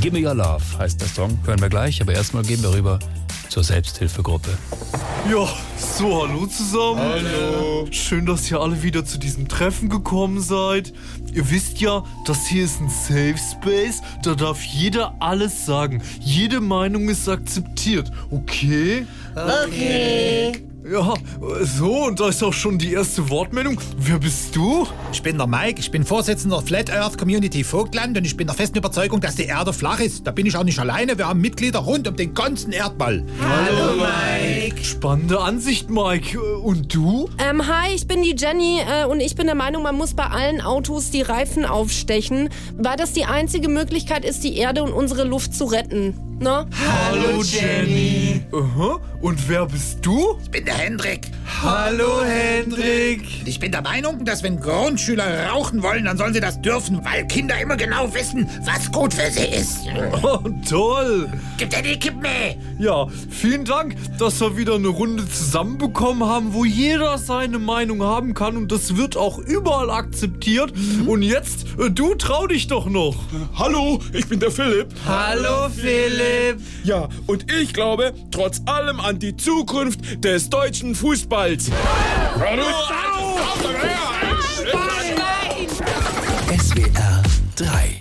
Gimme Your Love heißt der Song. Hören wir gleich, aber erstmal gehen wir rüber zur Selbsthilfegruppe. Ja, so hallo zusammen. Hallo. Schön, dass ihr alle wieder zu diesem Treffen gekommen seid. Ihr wisst ja, das hier ist ein Safe Space. Da darf jeder alles sagen. Jede Meinung ist akzeptiert. Okay? Okay. Ja, so, und da ist auch schon die erste Wortmeldung. Wer bist du? Ich bin der Mike, ich bin Vorsitzender Flat Earth Community Vogtland und ich bin der festen Überzeugung, dass die Erde flach ist. Da bin ich auch nicht alleine, wir haben Mitglieder rund um den ganzen Erdball. Hallo Mike. Spannende Ansicht, Mike. Und du? Ähm, hi, ich bin die Jenny äh, und ich bin der Meinung, man muss bei allen Autos die Reifen aufstechen, weil das die einzige Möglichkeit ist, die Erde und unsere Luft zu retten. Ne? Hallo Jenny. Aha. Und wer bist du? Ich bin der Hendrik. Hallo, Hendrik. Und ich bin der Meinung, dass wenn Grundschüler rauchen wollen, dann sollen sie das dürfen, weil Kinder immer genau wissen, was gut für sie ist. Oh, toll. Gib dir die Kippe. Ja, vielen Dank, dass wir wieder eine Runde zusammenbekommen haben, wo jeder seine Meinung haben kann und das wird auch überall akzeptiert. Und jetzt, äh, du trau dich doch noch. Mhm. Hallo, ich bin der Philipp. Hallo Philipp. Ja, und ich glaube trotz allem an die Zukunft des deutschen Fußballs. Hallo! SWR 3